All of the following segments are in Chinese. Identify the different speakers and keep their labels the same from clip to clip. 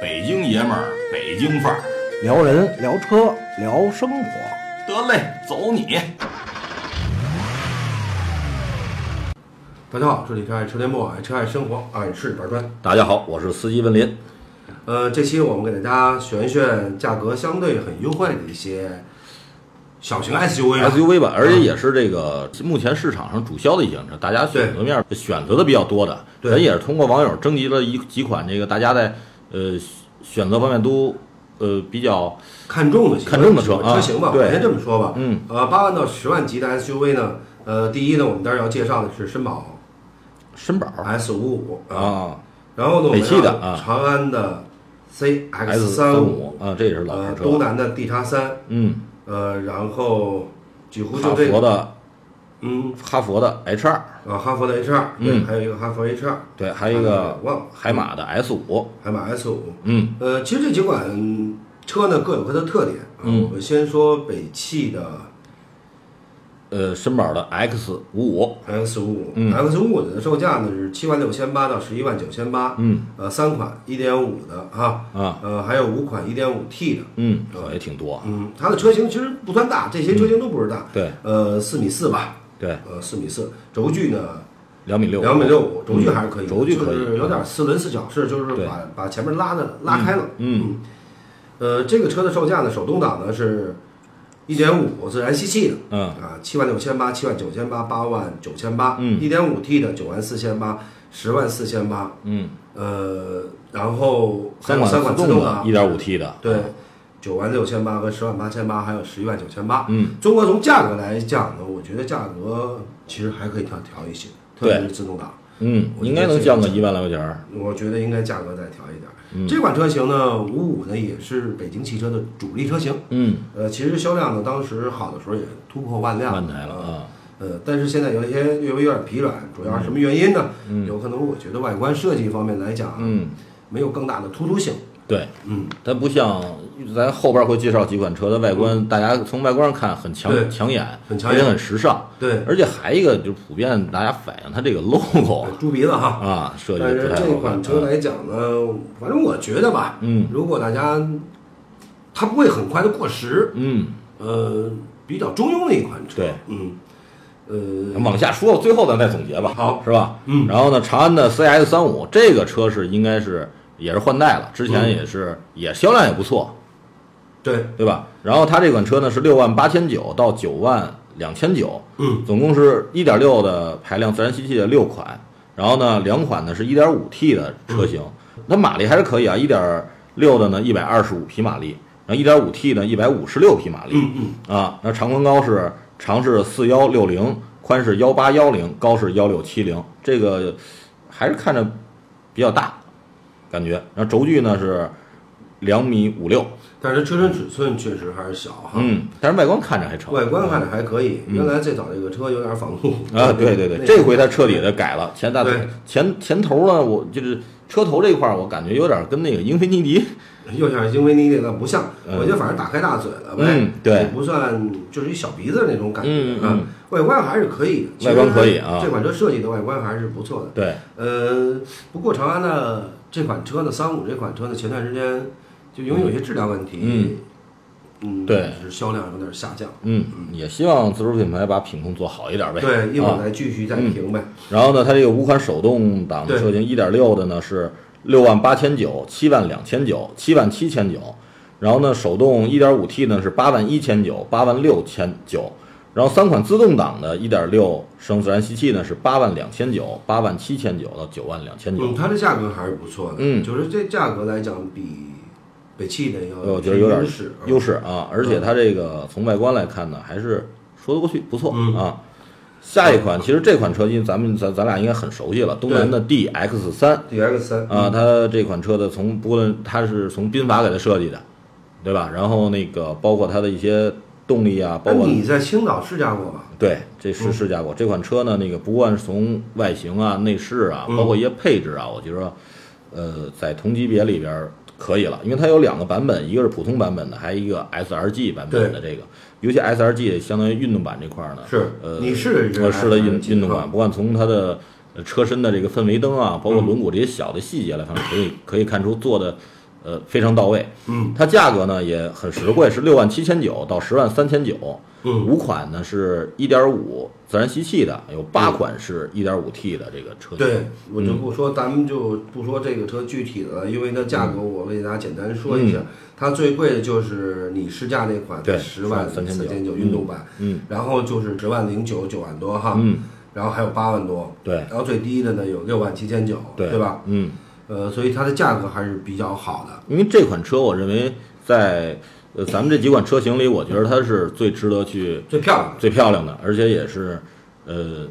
Speaker 1: 北京爷们儿，北京范儿，
Speaker 2: 聊人聊车聊生活，
Speaker 1: 得嘞，走你！
Speaker 3: 大家好，这里是爱车联播，爱车爱生活，俺是板砖。
Speaker 4: 大家好，我是司机文林。
Speaker 3: 呃，这期我们给大家选一选价格相对很优惠的一些小型
Speaker 1: 哎
Speaker 3: SUV 啊
Speaker 4: SUV 吧，而且也是这个目前市场上主销的一型车，大家选择面儿选择的比较多的。
Speaker 3: 对
Speaker 4: 咱也是通过网友征集了一几款这个大家在呃选择方面都呃比较
Speaker 3: 看重的型
Speaker 4: 看重的车啊
Speaker 3: 车型吧，
Speaker 4: 对
Speaker 3: 我先这么说吧，
Speaker 4: 嗯，
Speaker 3: 呃，八万到十万级的 SUV 呢，呃，第一呢，我们当然要介绍的是绅宝
Speaker 4: 绅宝
Speaker 3: S 五五，呃
Speaker 4: 啊
Speaker 3: 然后呢，我
Speaker 4: 北
Speaker 3: 们
Speaker 4: 汽的
Speaker 3: 要
Speaker 4: 啊
Speaker 3: 长安的 CX
Speaker 4: ，S
Speaker 3: 三
Speaker 4: 三五，啊，这也是老
Speaker 3: 呃，
Speaker 4: 牌
Speaker 3: 东
Speaker 4: 车。
Speaker 3: 南的 D 叉三，
Speaker 4: 嗯，
Speaker 3: 呃，然后几乎
Speaker 4: 哈
Speaker 3: 就这
Speaker 4: 佛
Speaker 3: 个，
Speaker 4: 的
Speaker 3: 嗯，
Speaker 4: 哈佛的 H 二，
Speaker 3: 啊，哈佛的 H 二，对，
Speaker 4: 嗯
Speaker 3: 还有一个哈佛 H 二，
Speaker 4: 对，还有一个
Speaker 3: 忘了
Speaker 4: 海马的 S 五。
Speaker 3: 海马 S 五，
Speaker 4: 嗯，
Speaker 3: 呃，其实这几款车呢各有各的特点啊。
Speaker 4: 嗯
Speaker 3: 我们先说北汽的
Speaker 4: 呃，绅宝的 X 五五，
Speaker 3: X 五五，X
Speaker 4: 嗯
Speaker 3: 五五的售价呢是七万六千八到十一万九千八，
Speaker 4: 嗯，
Speaker 3: 呃，三款一点五的哈，
Speaker 4: 啊，
Speaker 3: 呃，还有五款一点五 T 的，
Speaker 4: 嗯，好也挺多啊。
Speaker 3: 嗯，它的车型其实不算大，这些车型都不是大，
Speaker 4: 对
Speaker 3: 呃，四米四吧，
Speaker 4: 对，
Speaker 3: 呃，四米四，轴距呢
Speaker 4: 两米六，嗯
Speaker 3: 两米六五，轴距还是可以的，
Speaker 4: 轴距可以嗯
Speaker 3: 就是有点四轮四角式，就是
Speaker 4: 对
Speaker 3: 把把前面拉的拉开了，
Speaker 4: 嗯，
Speaker 3: 呃，这个车的售价呢，手动挡呢是一点五自然吸气的，
Speaker 4: 嗯
Speaker 3: 啊，七万六千八、七万九千八、八万九千八，
Speaker 4: 嗯
Speaker 3: 一点五 T 的九万四千八、十万四千八，
Speaker 4: 嗯，
Speaker 3: 呃，然后还
Speaker 4: 三
Speaker 3: 有
Speaker 4: 款
Speaker 3: 三款自
Speaker 4: 动
Speaker 3: 动啊
Speaker 4: 的
Speaker 3: 挡，，
Speaker 4: 一点五 T 的，
Speaker 3: 对，九万六千八和十万八千八，还有十一万九千八，
Speaker 4: 嗯，
Speaker 3: 综合从价格来讲呢，我觉得价格其实还可以调调一些，特别
Speaker 4: 对
Speaker 3: 是自动挡。
Speaker 4: 嗯，
Speaker 3: 我觉得
Speaker 4: 应该能降个一万来块钱儿。
Speaker 3: 我觉得应该价格再调一点儿。
Speaker 4: 嗯
Speaker 3: 这款车型呢，五五呢也是北京汽车的主力车型。
Speaker 4: 嗯，
Speaker 3: 呃，其实销量呢，当时好的时候也突破万辆，
Speaker 4: 万台了
Speaker 3: 啊。
Speaker 4: 啊，
Speaker 3: 呃，但是现在有一些略微有点疲软，主要是什么原因呢？有可能我觉得外观设计方面来讲，啊
Speaker 4: 嗯，
Speaker 3: 没有更大的突出性。
Speaker 4: 对，
Speaker 3: 嗯，
Speaker 4: 它不像咱后边会介绍几款车的外观，大家从外观上看很
Speaker 3: 嗯对
Speaker 4: 抢抢眼，
Speaker 3: 很抢
Speaker 4: 而且
Speaker 3: 眼
Speaker 4: 很时尚，
Speaker 3: 对，
Speaker 4: 而且还一个就是普遍大家反映它这个 logo
Speaker 3: 呃猪鼻子 哈。
Speaker 4: 啊设计的
Speaker 3: 但是
Speaker 4: 不太
Speaker 3: 这
Speaker 4: 好
Speaker 3: 款
Speaker 4: 看。
Speaker 3: 车
Speaker 4: 啊
Speaker 3: 来讲呢，反正我觉得吧，
Speaker 4: 嗯，
Speaker 3: 如果大家，它不会很快的过时，
Speaker 4: 嗯，
Speaker 3: 呃，比较中庸的一款车。
Speaker 4: 对，
Speaker 3: 嗯，呃，
Speaker 4: 往下说，最后咱再总结吧，
Speaker 3: 好
Speaker 4: 是吧？
Speaker 3: 嗯
Speaker 4: 然后呢，长安的 CS 三五这个车是应该是也是换代了，之前
Speaker 3: 嗯
Speaker 4: 也是也销量也不错，
Speaker 3: 对，
Speaker 4: 对吧？然后它这款车呢是六万八千九到九万两千九，
Speaker 3: 嗯，
Speaker 4: 总共是一点六的排量自然吸气的六款，然后呢两款呢是一点五 T 的车型，
Speaker 3: 嗯
Speaker 4: 它马力还是可以啊，一点六的呢一百二十五匹马力，然后一点五 T 呢一百五十六匹马力，
Speaker 3: 嗯
Speaker 4: 啊，那长宽高是长是四幺六零，宽是幺八幺零，高是幺六七零，这个还是看着比较大，感觉，然后轴距呢是两米五六。
Speaker 3: 嗯，但是车身尺寸确实还是小哈。
Speaker 4: 嗯，但是外观看着还成。
Speaker 3: 啊外观看着还可以，原来最早这个车有点仿路
Speaker 4: 啊，对对对，这回它彻底的改了，前大腿
Speaker 3: 对
Speaker 4: 前前头呢，我就是车头这一块儿，我感觉有点跟那个英菲尼迪，
Speaker 3: 又像英菲尼迪了，不像，
Speaker 4: 嗯
Speaker 3: 我觉得反正打开大嘴了呗，
Speaker 4: 嗯对
Speaker 3: 也不算就是一小鼻子那种感觉
Speaker 4: 嗯嗯
Speaker 3: 啊
Speaker 4: 嗯。
Speaker 3: 外观还是可以的，
Speaker 4: 外观可以
Speaker 3: 其实
Speaker 4: 啊
Speaker 3: 这款车设计的外观还是不错的。
Speaker 4: 对，
Speaker 3: 呃，不过长安的这款车呢，三五这款车呢，前段时间就因为有些质量问题，
Speaker 4: 嗯
Speaker 3: 嗯，
Speaker 4: 对
Speaker 3: 就是销量有点下降。
Speaker 4: 嗯，也希望自主品牌把品控做好一点呗。
Speaker 3: 对，一会儿
Speaker 4: 啊，
Speaker 3: 再继续再
Speaker 4: 嗯
Speaker 3: 评呗。
Speaker 4: 然后呢，它这个五款手动挡的
Speaker 3: 对
Speaker 4: 车型，一点六的呢是六万八千九、七万两千九、七万七千九，然后呢，手动一点五 T 呢是八万一千九、八万六千九，然后三款自动挡的一点六升自然吸气呢是八万两千九、八万七千九到九万两千九
Speaker 3: 嗯，。它的价格还是不错的，
Speaker 4: 嗯
Speaker 3: 就是这价格来讲比北汽的要
Speaker 4: 哦我觉得有点
Speaker 3: 优势，嗯
Speaker 4: 优势啊，而且它这个从外观来看呢，还是说得过去，不错
Speaker 3: 嗯
Speaker 4: 啊。下一款，其实这款车因为咱们咱咱俩应该很熟悉了，东南的 DX 三
Speaker 3: DX 三
Speaker 4: 啊，，它这款车的从不论它是从宾法给它设计的，对吧？然后那个包括它的一些动力啊，包
Speaker 3: 那
Speaker 4: 括
Speaker 3: 哎你在青岛试驾过吧？
Speaker 4: 对这
Speaker 3: 嗯
Speaker 4: 是试驾过这款车呢，那个不管是从外形啊、内饰啊，
Speaker 3: 嗯
Speaker 4: 包括一些配置啊，我觉得呃在同级别里边儿可以了，因为它有两个版本，一个是普通版本的，还有一个 SRG 版本的这个，尤其 SRG 相当于运动版这块儿呢，
Speaker 3: 是
Speaker 4: 呃，
Speaker 3: 你试了一试
Speaker 4: 我试了运
Speaker 3: SRG
Speaker 4: 运动版，不管从它的
Speaker 3: 嗯
Speaker 4: 呃车身的这个氛围灯啊，包括轮毂这些小的细节来看，可以可以看出做的呃非常到位。
Speaker 3: 嗯
Speaker 4: 它价格呢也很实惠，是六万七千九到十万三千九。
Speaker 3: 嗯
Speaker 4: 五款呢是一点五自然吸气的，有八款是一点五 T 的这个车型。
Speaker 3: 对，我
Speaker 4: 嗯
Speaker 3: 就不说，咱们就不说这个车具体的了，因为它价
Speaker 4: 嗯
Speaker 3: 格我给大家简单说一下，它最贵的就是你试驾那款
Speaker 4: 对
Speaker 3: 十万
Speaker 4: 三千
Speaker 3: 四
Speaker 4: 九
Speaker 3: 千九运动版，
Speaker 4: 嗯，
Speaker 3: 然后就是十万零九九万多哈，
Speaker 4: 嗯，
Speaker 3: 然后还有八万多，
Speaker 4: 对
Speaker 3: 然后最低的呢有六万七千九，
Speaker 4: 对
Speaker 3: 对吧？
Speaker 4: 嗯，
Speaker 3: 呃，所以它的价格还是比较好的，
Speaker 4: 因为这款车我认为在呃咱们这几款车型里，我觉得它是最值得去
Speaker 3: 最漂亮的。
Speaker 4: 最漂亮的，而且也是呃，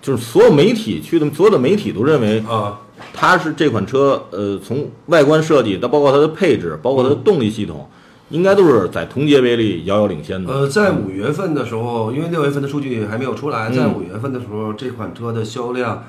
Speaker 4: 就是所有媒体去的所有的媒体都认为
Speaker 3: 啊，
Speaker 4: 它是这款车呃从外观设计到包括它的配置，包括
Speaker 3: 嗯
Speaker 4: 它的动力系统，应该都是在同级别里遥遥领先的。
Speaker 3: 呃，在五月份的时候，因为六月份的数据还没有出来，
Speaker 4: 嗯
Speaker 3: 在五月份的时候，这款车的销量，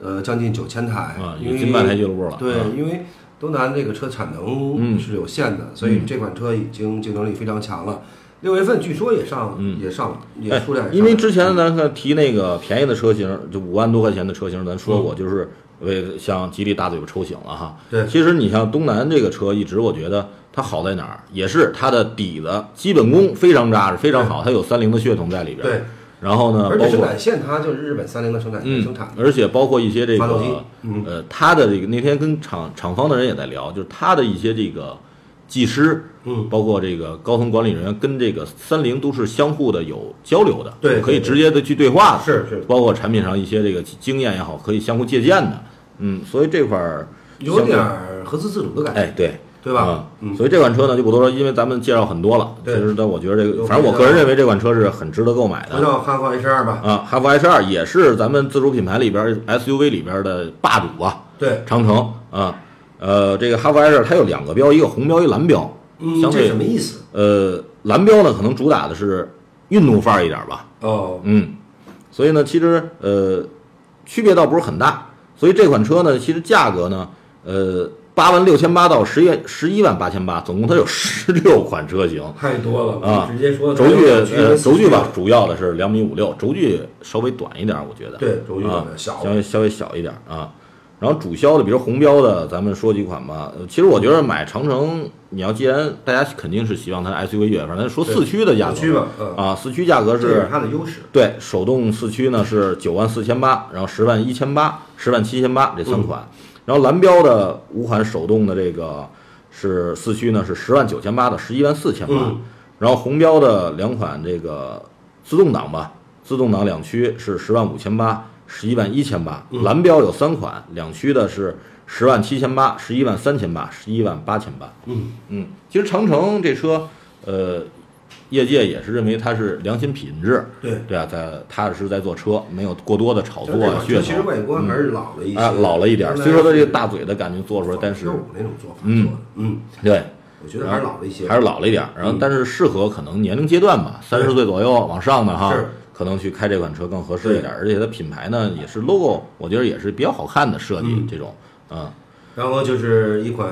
Speaker 3: 呃，将近九千台
Speaker 4: 啊，
Speaker 3: 因
Speaker 4: 有
Speaker 3: 为
Speaker 4: 金麦台俱乐部了。啊
Speaker 3: 对，因为东南这个车产能
Speaker 4: 嗯
Speaker 3: 是有限的，所以这款车已经竞争力非常强了。六月份据说也上，也上，也
Speaker 4: 哎
Speaker 3: 数量也上了，
Speaker 4: 因为之前咱看提那个便宜的车型，就五万多块钱的车型，咱
Speaker 3: 嗯
Speaker 4: 说过，就是为向吉利大嘴巴抽醒了哈。
Speaker 3: 对
Speaker 4: 其实你像东南这个车，一直我觉得它好在哪儿，也是它的底子基本功非常扎实，非常好，它有三菱的血统在里边。
Speaker 3: 对。
Speaker 4: 然后呢，
Speaker 3: 而
Speaker 4: 呃包
Speaker 3: 且生
Speaker 4: 括
Speaker 3: 产线它就是日本三菱的生产线
Speaker 4: 嗯
Speaker 3: 生产的，
Speaker 4: 而且包括一些这
Speaker 3: 发动机嗯
Speaker 4: 个呃，它的这个那天跟厂厂方的人也在聊，就是它的一些这个技师，
Speaker 3: 嗯
Speaker 4: 包括这个高层管理人员跟这个三菱都是相互的有交流的，
Speaker 3: 对
Speaker 4: 可以
Speaker 3: 对对
Speaker 4: 直接的去对话的，
Speaker 3: 是是
Speaker 4: 包括产品上一些这个经验也好，可以相互借鉴的，嗯，所以这块儿
Speaker 3: 有
Speaker 4: 相对
Speaker 3: 点儿合资自主的感觉，
Speaker 4: 哎，对。
Speaker 3: 对吧
Speaker 4: 啊
Speaker 3: 嗯
Speaker 4: 所以这款车呢就不多说，因为咱们介绍很多了。其
Speaker 3: 对
Speaker 4: 实呢，我觉得这个，
Speaker 3: 有
Speaker 4: 反正我
Speaker 3: 必
Speaker 4: 个人
Speaker 3: 要
Speaker 4: 认为这款车是很值得购买的。
Speaker 3: 回到汉化 H 二吧，
Speaker 4: 啊，哈弗 H 二也是咱们自主品牌里边儿 SUV 里边儿的霸主啊，
Speaker 3: 对，
Speaker 4: 长城啊，呃，这个哈弗 H 二它有两个标，一个红标，一个蓝标，
Speaker 3: 嗯，
Speaker 4: 相
Speaker 3: 这
Speaker 4: 对
Speaker 3: 什么意思？
Speaker 4: 呃，蓝标呢可能主打的是运动范儿一点儿吧，
Speaker 3: 哦，
Speaker 4: 嗯，所以呢，其实呃，区别倒不是很大，所以这款车呢，其实价格呢，呃，八万六千八到十一十一万八千八，总共它有十六款车型，
Speaker 3: 太多了，
Speaker 4: 啊
Speaker 3: 直接说
Speaker 4: 轴距呃
Speaker 3: 跟四
Speaker 4: 轴距
Speaker 3: 驱
Speaker 4: 吧，，主要的是两米五六，轴距稍微短一点儿，我觉得
Speaker 3: 对轴距
Speaker 4: 啊
Speaker 3: 短小
Speaker 4: 稍微稍微小一点儿啊。然后主销的，比如红标的，咱们说几款吧。呃其实我觉得买长城，你要既然大家肯定是希望它 SUV 越野范儿，咱说
Speaker 3: 对
Speaker 4: 四驱的价格
Speaker 3: 四驱吧嗯
Speaker 4: 啊，四驱价格
Speaker 3: 这是
Speaker 4: 是
Speaker 3: 它的优势，
Speaker 4: 对，手动四驱呢是九万四千八，然后十万一千八、十万七千八这三
Speaker 3: 嗯
Speaker 4: 款，然后蓝标的五款手动的这个是四驱呢是十万九千八到十一万四千八
Speaker 3: 嗯，
Speaker 4: 然后红标的两款这个自动挡吧，自动挡两驱是十万五千八、十一万一千八，
Speaker 3: 嗯
Speaker 4: 蓝标有三款，两驱的是十万七千八、十一万三千八、十一万八千八。
Speaker 3: 嗯，
Speaker 4: 嗯，其实长城这车，呃，业界也是认为它是良心品质，
Speaker 3: 对
Speaker 4: 对啊，在踏踏实实在做车，没有过多的炒
Speaker 3: 就
Speaker 4: 作
Speaker 3: 这
Speaker 4: 啊
Speaker 3: 款车
Speaker 4: 噱
Speaker 3: 其实
Speaker 4: 头，
Speaker 3: 外观还是老了一些，
Speaker 4: 啊，老了一点儿。
Speaker 3: 原来
Speaker 4: 虽说它这
Speaker 3: 是
Speaker 4: 个大嘴的感觉做出来，但是
Speaker 3: 仿制那种做法做
Speaker 4: 嗯
Speaker 3: 的，嗯，
Speaker 4: 对，
Speaker 3: 我觉得还是老了一些，
Speaker 4: 还是老了一点儿。然后，但是适合可能年龄阶段吧，三十
Speaker 3: 嗯对
Speaker 4: 岁左右往上的哈
Speaker 3: 是，
Speaker 4: 可能去开这款车更合适一点儿。而且它品牌呢也是 logo，我觉得也是比较好看的设计，这种，嗯，
Speaker 3: 然后就是一款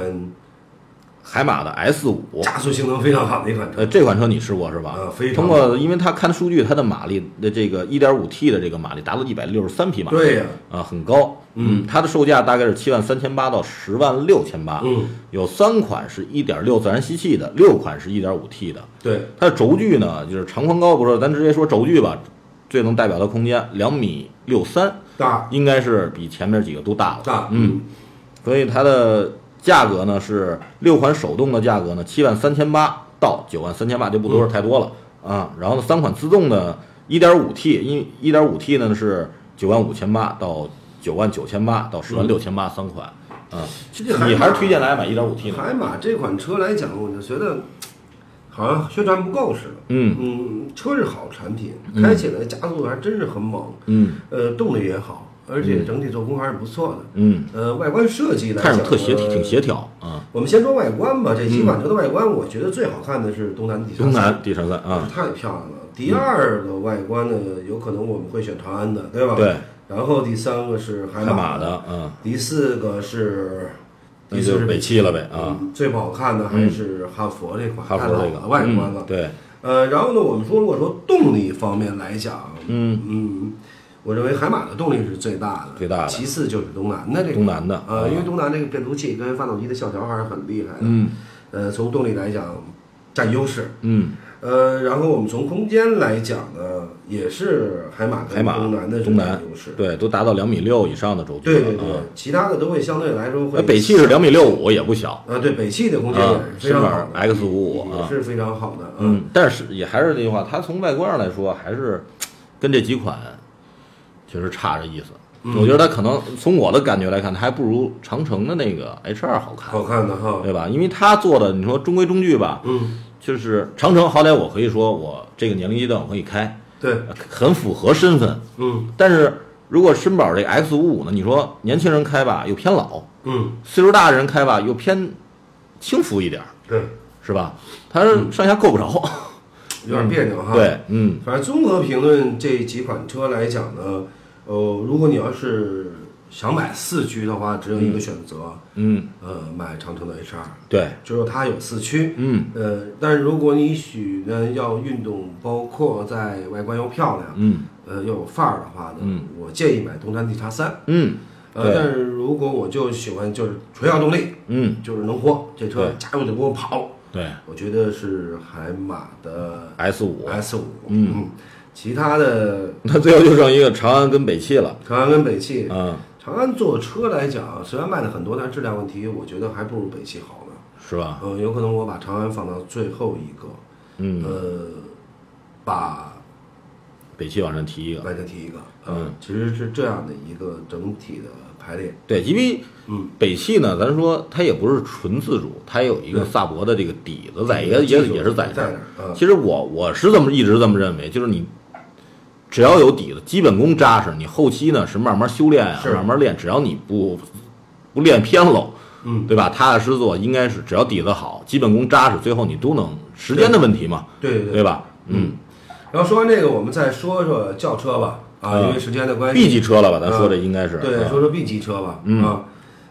Speaker 4: 海马的 S 五，
Speaker 3: 加速性能非常好的一款车，
Speaker 4: 呃，这款车你试过是吧？
Speaker 3: 呃非常
Speaker 4: 通过，因为他看数据，它的马力的这个 1.5T 的这个马力达到163匹马力，
Speaker 3: 对呀
Speaker 4: 啊，很高。嗯，它的售价大概是七万三千八到十万六千八。
Speaker 3: 嗯，
Speaker 4: 有三款是1.6自然吸气的，六款是 1.5T 的。
Speaker 3: 对，
Speaker 4: 它的轴距呢，就是长宽高不说，咱直接说轴距吧，最能代表它空间两米六三，
Speaker 3: 大
Speaker 4: 应该是比前面几个都大了。
Speaker 3: 大，
Speaker 4: 嗯，所以它的价格呢是六款手动的价格呢七万三千八到九万三千八，就不多
Speaker 3: 嗯
Speaker 4: 说太多了、啊。然后呢，三款自动的 1.5T，因一点五 T 呢是九万五千八到九万九千八到十万六千
Speaker 3: 嗯
Speaker 4: 八三款啊。
Speaker 3: 其实海马
Speaker 4: 你还是推荐大家买 1.5T 呢？
Speaker 3: 海马这款车来讲，我就觉得好像宣传不够似的。
Speaker 4: 嗯
Speaker 3: 嗯，车是好产品，开起来加速还真是很猛。
Speaker 4: 嗯
Speaker 3: 呃，动力也好，而且整体做工还是不错的。
Speaker 4: 嗯，
Speaker 3: 呃，外观设计来
Speaker 4: 看
Speaker 3: 讲
Speaker 4: 着特协
Speaker 3: 呃
Speaker 4: 挺协调啊。
Speaker 3: 我们先说外观吧，这几款车的外观，我觉得最好看的是东南第
Speaker 4: 东
Speaker 3: 三。
Speaker 4: 南第三三
Speaker 3: 不
Speaker 4: 啊
Speaker 3: 是，太漂亮了。第二个外观呢，有可能我们会选长安的，对吧？
Speaker 4: 对。
Speaker 3: 然后第三个是海
Speaker 4: 海马
Speaker 3: 的，
Speaker 4: 的啊，
Speaker 3: 第四个是，
Speaker 4: 那
Speaker 3: 第
Speaker 4: 就是
Speaker 3: 四嗯是
Speaker 4: 北汽了呗啊，嗯
Speaker 3: 嗯，最不好看的还是哈佛这款，
Speaker 4: 哈
Speaker 3: 太
Speaker 4: 弗
Speaker 3: 老
Speaker 4: 这
Speaker 3: 了
Speaker 4: 个
Speaker 3: 外观
Speaker 4: 嗯
Speaker 3: 了。
Speaker 4: 对，
Speaker 3: 呃，然后呢，我们说如果说动力方面来讲，
Speaker 4: 嗯
Speaker 3: 嗯，我认为海马的动力是最大的，
Speaker 4: 最大的
Speaker 3: 其次就是东南的这个
Speaker 4: 东南的啊
Speaker 3: 呃，因为东南这个变速器跟发动机的线条还是很厉害的，
Speaker 4: 嗯
Speaker 3: 呃，从动力来讲占优势，
Speaker 4: 嗯，
Speaker 3: 呃，然后我们从空间来讲呢，也是海马
Speaker 4: 海
Speaker 3: 跟
Speaker 4: 马
Speaker 3: 东南的
Speaker 4: 东南
Speaker 3: 占优势，
Speaker 4: 对，都达到两米六以上的轴距
Speaker 3: 对
Speaker 4: 了
Speaker 3: 对对
Speaker 4: 啊。，
Speaker 3: 其他的都会相对来说会
Speaker 4: 哎，北汽是两米六五，也不小，
Speaker 3: 啊，对北汽的空间也是非常好
Speaker 4: 啊
Speaker 3: 的
Speaker 4: 是吧 X55
Speaker 3: 也
Speaker 4: 啊
Speaker 3: 是非常好的，
Speaker 4: 嗯，但是也还是那句话，它从外观上来说，还是跟这几款其实差着意思。
Speaker 3: 嗯
Speaker 4: 我觉得它可能从我的感觉来看，它还不如长城的那个 H 二好看，
Speaker 3: 好看的哈，
Speaker 4: 对吧？因为它做的你说中规中矩吧，
Speaker 3: 嗯，
Speaker 4: 就是长城好歹我可以说我这个年龄阶段我可以开，
Speaker 3: 对，
Speaker 4: 很符合身份。
Speaker 3: 嗯
Speaker 4: 但是如果绅宝这个 X 五五呢，你说年轻人开吧又偏老，
Speaker 3: 嗯，
Speaker 4: 岁数大的人开吧又偏轻浮一点儿，
Speaker 3: 对，
Speaker 4: 是吧？它是上下够不着。
Speaker 3: 有点别扭哈，。
Speaker 4: 对，嗯
Speaker 3: 反正综合评论这几款车来讲呢，呃，如果你要是想买四驱的话，只有一个选择，
Speaker 4: 嗯，
Speaker 3: 呃，买长城的 H 二，
Speaker 4: 对，
Speaker 3: 就是它有四驱。
Speaker 4: 嗯
Speaker 3: 呃，但是如果你许呢要运动，包括在外观又漂亮，
Speaker 4: 嗯
Speaker 3: 呃，又有范儿的话呢，我建议买东山 D 叉三。
Speaker 4: 嗯
Speaker 3: 呃，
Speaker 4: 对
Speaker 3: 但是如果我就喜欢就是纯要动力，
Speaker 4: 嗯，
Speaker 3: 就是能活，这车
Speaker 4: 对
Speaker 3: 加油得给我跑，
Speaker 4: 对
Speaker 3: 我觉得是海马的
Speaker 4: ，S 五，
Speaker 3: S 五，嗯，其他的
Speaker 4: 那最后就剩一个长安跟北汽了。
Speaker 3: 长安跟北汽，
Speaker 4: 嗯，
Speaker 3: 长安做车来讲，虽然卖的很多，但是质量问题，我觉得还不如北汽好呢。
Speaker 4: 是吧？
Speaker 3: 呃，有可能我把长安放到最后一个，嗯，呃，把
Speaker 4: 北汽往上提一个，
Speaker 3: 白车提一个，嗯，其实是这样的一个整体的排列，
Speaker 4: 对，因为
Speaker 3: 嗯
Speaker 4: 北汽呢，咱说它也不是纯自主，它有一个萨博的这个底子在，也
Speaker 3: 嗯技术
Speaker 4: 也也是在这
Speaker 3: 在
Speaker 4: 儿。
Speaker 3: 那儿，嗯
Speaker 4: 其实我我是这么一直这么认为，就是你只要有底子，基本功扎实，你后期呢是慢慢修炼啊，
Speaker 3: 是
Speaker 4: 慢慢练，只要你不不练偏喽，
Speaker 3: 嗯
Speaker 4: 对吧？踏踏实实做，应该是只要底子好，基本功扎实，最后你都能。时间的问题嘛，
Speaker 3: 对对
Speaker 4: 对。吧？嗯，
Speaker 3: 然后说完这个，我们再说说轿车吧，啊，
Speaker 4: 嗯
Speaker 3: 因为时间的关系
Speaker 4: B 级车了吧？嗯咱说这应该是
Speaker 3: 对，
Speaker 4: 嗯
Speaker 3: 说说 B 级车吧，啊，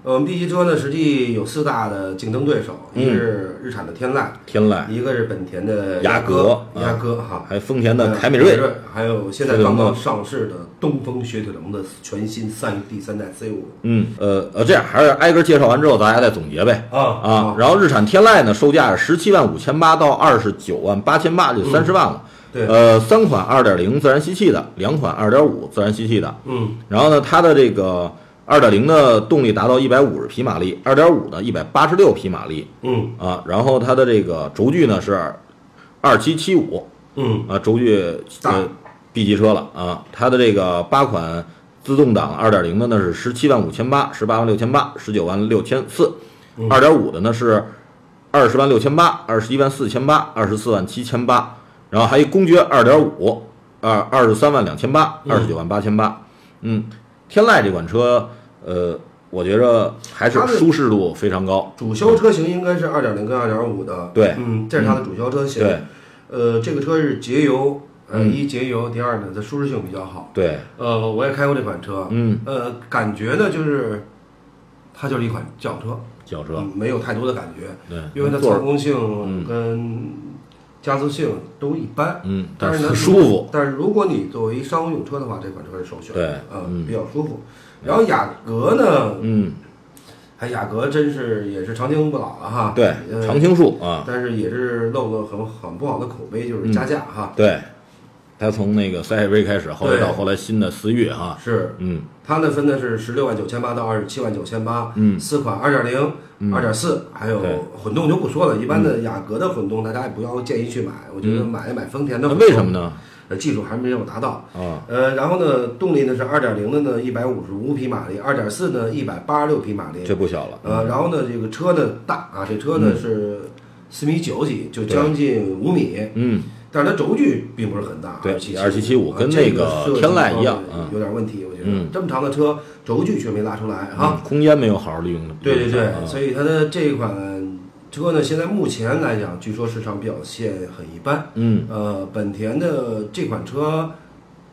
Speaker 3: 我们 B 级车呢，实际有四大的竞争对手，一个是日产的天籁，
Speaker 4: 天籁，
Speaker 3: 一个是本田的
Speaker 4: 嗯雅
Speaker 3: 阁
Speaker 4: 阁，啊
Speaker 3: 雅阁哈，
Speaker 4: 还有丰田的
Speaker 3: 呃
Speaker 4: 凯美瑞，，
Speaker 3: 还有现在刚刚上市的东风雪铁龙的全新三第三代 C 五
Speaker 4: 嗯，呃呃，这样还是挨个介绍完之后，大家再总结呗。
Speaker 3: 啊
Speaker 4: 啊，，然后日产天籁呢，售价是十七万五千八到二十九万八千八，就三十万了。
Speaker 3: 嗯对
Speaker 4: 呃，三款二点零自然吸气的，两款二点五自然吸气的。
Speaker 3: 嗯，
Speaker 4: 然后呢，它的这个二点零的动力达到一百五十匹马力，二点五呢一百八十六匹马力
Speaker 3: 嗯
Speaker 4: 啊。然后它的这个轴距呢是二七七五，
Speaker 3: 嗯
Speaker 4: 啊，轴距
Speaker 3: 大
Speaker 4: 呃 B 级车了啊，它的这个八款自动挡二点零的呢是十七万五千八、十八万六千八、十九万六千四，
Speaker 3: 嗯
Speaker 4: 二点五的呢是二十万六千八、二十一万四千八、二十四万七千八，然后还有公爵二点五，二二十三万两千八、二十九万八千八，嗯，天籁这款车，呃，我觉着还是
Speaker 3: 它的
Speaker 4: 舒适度非常高，
Speaker 3: 主修车型应该是二点零跟二点五的，
Speaker 4: 对
Speaker 3: 嗯，这是它的主修车型，
Speaker 4: 对，嗯
Speaker 3: 呃，这个车是节油，呃，一节油，第二呢，它舒适性比较好，
Speaker 4: 对，
Speaker 3: 呃，我也开过这款车，
Speaker 4: 嗯，
Speaker 3: 呃，感觉呢就是，它就是一款轿车，
Speaker 4: 轿车，
Speaker 3: 嗯，没有太多的感觉，
Speaker 4: 对，嗯
Speaker 3: 因为它
Speaker 4: 座
Speaker 3: 操
Speaker 4: 儿，
Speaker 3: 控性跟加速性都一般，
Speaker 4: 嗯，
Speaker 3: 但
Speaker 4: 是
Speaker 3: 是呢
Speaker 4: 很舒服，。
Speaker 3: 但是如果你作为商用车的话，这款车是首选，
Speaker 4: 对
Speaker 3: 嗯，比较舒服。然后雅阁呢，
Speaker 4: 嗯，
Speaker 3: 哎，雅阁真是也是长青不老了哈，
Speaker 4: 对，
Speaker 3: 呃
Speaker 4: 常青树啊，
Speaker 3: 但是也是漏了很很不好的口碑，
Speaker 4: 嗯
Speaker 3: 就是加价哈，
Speaker 4: 对，它从那个 CRV 开始，后来
Speaker 3: 对
Speaker 4: 到后来新的思域哈，
Speaker 3: 是
Speaker 4: 嗯，
Speaker 3: 它呢分的是十六万九千八到二十七万九千八，嗯，四款二点零、二点四，还有
Speaker 4: 嗯对嗯
Speaker 3: 混动就不说了，一般的雅阁的混动大家也不要建议去买，我觉得买一买丰田的
Speaker 4: 那
Speaker 3: 混动，
Speaker 4: 为什么？呢？
Speaker 3: 呃，技术还没有达到。
Speaker 4: 啊，
Speaker 3: 呃，然后呢，动力呢是二点零的呢，一百五十五匹马力，二点四呢一百八十六匹马力
Speaker 4: 这，不小了，
Speaker 3: 呃，然后呢这个车呢大啊，这车
Speaker 4: 嗯
Speaker 3: 呢是四米九几，就将近五米，
Speaker 4: 嗯，
Speaker 3: 但是它轴距并不是很大，
Speaker 4: 对
Speaker 3: 2775
Speaker 4: 2775
Speaker 3: 啊
Speaker 4: 跟
Speaker 3: 这
Speaker 4: 那
Speaker 3: 个
Speaker 4: 个
Speaker 3: 设计
Speaker 4: 天籁一样
Speaker 3: 方面
Speaker 4: 嗯
Speaker 3: 有点问题，我觉得
Speaker 4: 嗯
Speaker 3: 这么长的车轴距却没拉出来
Speaker 4: 嗯
Speaker 3: 啊。
Speaker 4: 空间没有好好利用的，
Speaker 3: 对对对
Speaker 4: 啊，
Speaker 3: 所以它的这款车呢，现在目前来讲，据说市场表现很一般。
Speaker 4: 嗯，
Speaker 3: 呃，本田的这款车。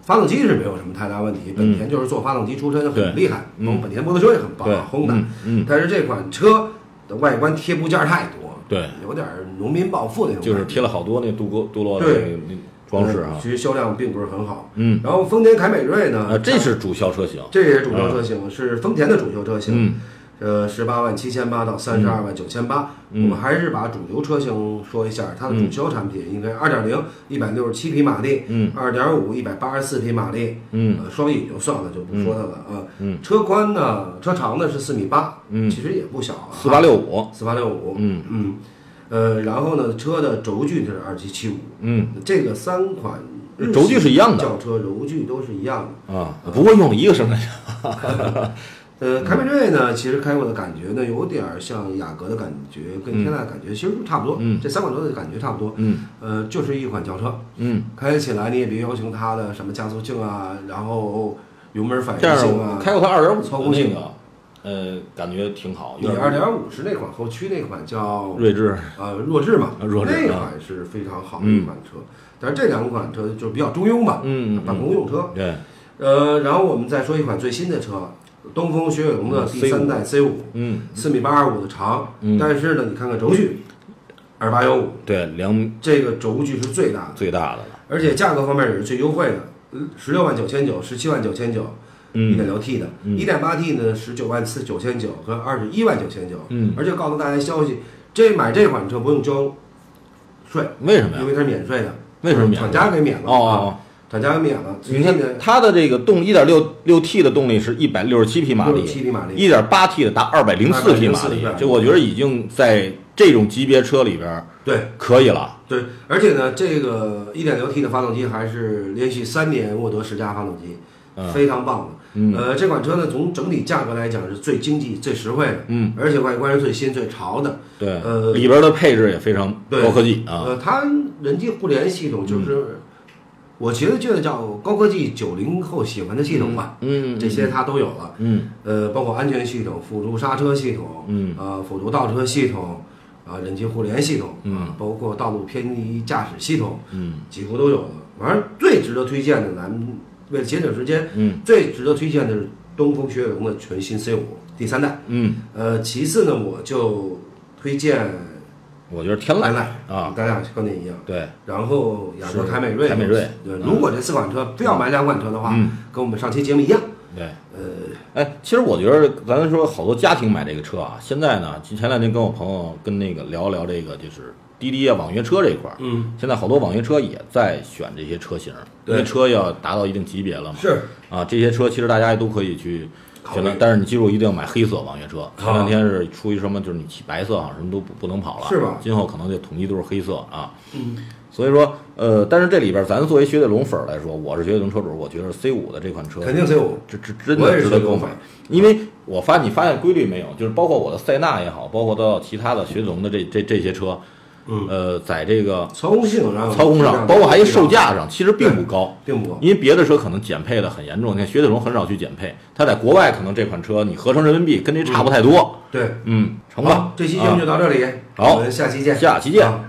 Speaker 3: 发动机是没有什么太大问题，本田就是做发动机出身，
Speaker 4: 嗯对
Speaker 3: 很厉害。
Speaker 4: 嗯
Speaker 3: 包括本田摩托车也很棒
Speaker 4: 对
Speaker 3: 啊，轰的
Speaker 4: 嗯。嗯
Speaker 3: 但是这款车的外观贴部件太多，
Speaker 4: 对，
Speaker 3: 有点儿农民暴富那种感觉。
Speaker 4: 就是贴了好多那镀铬镀铬的
Speaker 3: 对
Speaker 4: 那个装饰啊
Speaker 3: 嗯其，实销量并不是很好。
Speaker 4: 嗯，
Speaker 3: 然后丰田凯美瑞呢，
Speaker 4: 呃，这是主销车型，
Speaker 3: 这也是主销车型，是丰田的主销车型。
Speaker 4: 嗯
Speaker 3: 呃，十八万七千八到三十二万九千八，我
Speaker 4: 嗯
Speaker 3: 们还是把主流车型说一下，它的主销产品应该二点零一百六十七匹马力，
Speaker 4: 嗯，
Speaker 3: 二点五一百八十四匹马力，
Speaker 4: 嗯
Speaker 3: 呃，双引就算了，就不说它了啊。
Speaker 4: 嗯，
Speaker 3: 车宽呢，车长呢是四米八，
Speaker 4: 嗯
Speaker 3: 其实也不小啊，
Speaker 4: 四八六五，
Speaker 3: 四八六五，
Speaker 4: 嗯
Speaker 3: 嗯，呃，然后呢，车的轴距是二七七五，
Speaker 4: 嗯
Speaker 3: 这个三款日系
Speaker 4: 轴距是一样的
Speaker 3: 轿车轴距都是一样的。
Speaker 4: 啊，不过用了一个升降机，
Speaker 3: 呃，凯美瑞呢，其实开过的感觉呢，有点像雅阁的感觉，跟天籁的感觉其实差不多。
Speaker 4: 嗯
Speaker 3: 这三款车的感觉差不多。
Speaker 4: 嗯
Speaker 3: 呃，就是一款轿车，
Speaker 4: 嗯，
Speaker 3: 开起来你也别要求它的什么加速性啊，然后油门反
Speaker 4: 这
Speaker 3: 应
Speaker 4: 样
Speaker 3: 性
Speaker 4: 我
Speaker 3: 啊。
Speaker 4: 开过它二点
Speaker 3: 操
Speaker 4: 五
Speaker 3: 控
Speaker 4: 那
Speaker 3: 性
Speaker 4: 个，呃，感觉挺好，
Speaker 3: 你
Speaker 4: 有
Speaker 3: 二点五是那款后驱那款叫
Speaker 4: 睿智，
Speaker 3: 呃弱智嘛，
Speaker 4: 啊弱智
Speaker 3: 那
Speaker 4: 啊
Speaker 3: 款是非常好的一款车，但是这两款车就比较中庸吧，
Speaker 4: 嗯嗯
Speaker 3: 办公用车。
Speaker 4: 对，
Speaker 3: 呃，然后我们再说一款最新的车，东风雪铁龙的第三代 C 五，
Speaker 4: 嗯
Speaker 3: 四米八二五的长，但是呢，你看看轴距，二八幺五，
Speaker 4: 对，两米
Speaker 3: 这个轴距是最大的，
Speaker 4: 最大的了，
Speaker 3: 而且价格方面也是最优惠的，嗯十六万九千九，十七万九千九，一点
Speaker 4: 嗯
Speaker 3: 六 T 的，一点八 T 呢十九万四九千九和二十一万九千九，
Speaker 4: 嗯，
Speaker 3: 而且告诉大家消息，这买这款车不用交税，
Speaker 4: 为什么
Speaker 3: 因
Speaker 4: 呀？
Speaker 3: 为它是免税的，
Speaker 4: 为什么免税
Speaker 3: 厂家给免
Speaker 4: 哦
Speaker 3: 了
Speaker 4: 哦
Speaker 3: 啊，
Speaker 4: 哦，
Speaker 3: 厂家给免了，
Speaker 4: 你
Speaker 3: 最近
Speaker 4: 看
Speaker 3: 呢
Speaker 4: 它的这个动一点六六 T 的动力是一百六十七匹马
Speaker 3: 七
Speaker 4: 力，
Speaker 3: 匹马力，
Speaker 4: 一点八 T 的达二百零四匹马
Speaker 3: 204匹
Speaker 4: 力
Speaker 3: 马，力
Speaker 4: 这我觉得已经在这种级别车里边儿
Speaker 3: 对。
Speaker 4: 可以了。
Speaker 3: 对，而且呢，这个 1.6T 的发动机还是连续三年沃德十佳发动机，
Speaker 4: 嗯
Speaker 3: 非常棒的。呃，这款车呢，从整体价格来讲是最经济、最实惠的，
Speaker 4: 嗯，
Speaker 3: 而且外观是最新、最潮的。
Speaker 4: 对，
Speaker 3: 呃
Speaker 4: 里边的配置也非常
Speaker 3: 对
Speaker 4: 高科技啊。嗯
Speaker 3: 呃，它人机互联系统就是，我其实觉得叫高科技九零后喜欢的系统吧，
Speaker 4: 嗯，
Speaker 3: 这些它都有了。
Speaker 4: 嗯，
Speaker 3: 呃，包括安全系统、辅助刹车系统，
Speaker 4: 嗯，
Speaker 3: 啊，辅助倒车系统，啊，人机互联系统，嗯，包括道路偏离驾驶系统，
Speaker 4: 嗯，
Speaker 3: 几乎都有了。反正最值得推荐的，咱们为了节省时间，
Speaker 4: 嗯，
Speaker 3: 最值得推荐的是东风雪铁龙的全新 C 五第三代，
Speaker 4: 嗯，
Speaker 3: 呃，其次呢，我就推荐
Speaker 4: 我觉得天籁
Speaker 3: 蓝籁
Speaker 4: 啊，
Speaker 3: 咱俩观点一样。
Speaker 4: 对，
Speaker 3: 然后雅阁
Speaker 4: 是
Speaker 3: 凯美瑞，
Speaker 4: 凯美瑞
Speaker 3: 对，
Speaker 4: 嗯
Speaker 3: 如果这四款车非要买两款车的话，
Speaker 4: 嗯
Speaker 3: 跟我们上期节目一样，
Speaker 4: 对，
Speaker 3: 呃，
Speaker 4: 哎，其实我觉得咱说好多家庭买这个车啊，现在呢，前两天跟我朋友跟那个聊一聊这个就是滴滴啊网约车这一块儿，
Speaker 3: 嗯，
Speaker 4: 现在好多网约车也在选这些车型，因
Speaker 3: 对
Speaker 4: 为车要达到一定级别了嘛。
Speaker 3: 是
Speaker 4: 啊，这些车其实大家都可以去
Speaker 3: 考
Speaker 4: 选择
Speaker 3: 虑，
Speaker 4: 但是你记住一定要买黑色网约车。前
Speaker 3: 啊
Speaker 4: 两天是出于什么，就是你骑白色好啊像什么都不不能跑了，
Speaker 3: 是吧
Speaker 4: 今后可能就统一都是黑色啊。
Speaker 3: 嗯，
Speaker 4: 所以说，呃，但是这里边儿咱作为雪铁龙粉儿来说，我是雪铁龙车主，我觉得 C 五的这款车
Speaker 3: 肯定 C 五，
Speaker 4: 这这真
Speaker 3: 我也
Speaker 4: 的
Speaker 3: 是
Speaker 4: 值得
Speaker 3: 觉得
Speaker 4: 购
Speaker 3: 我
Speaker 4: 买
Speaker 3: 买，
Speaker 4: 因为我发你发现规律没有，就是包括我的塞纳也好，包括到其他的雪铁龙的这这这些车，
Speaker 3: 嗯
Speaker 4: 呃，在这个
Speaker 3: 操控性上，
Speaker 4: 操控上，包括还有售，价上，其实并不高，
Speaker 3: 并不高，
Speaker 4: 因为别的车可能减配的很严重，你看雪铁龙很少去减配，它在国外可能这款车你合成人民币跟这差不太多，
Speaker 3: 对，
Speaker 4: 嗯，成吧嗯
Speaker 3: 好，，这期节目就到这里，
Speaker 4: 好
Speaker 3: 我们下期见，
Speaker 4: 下期见
Speaker 3: 啊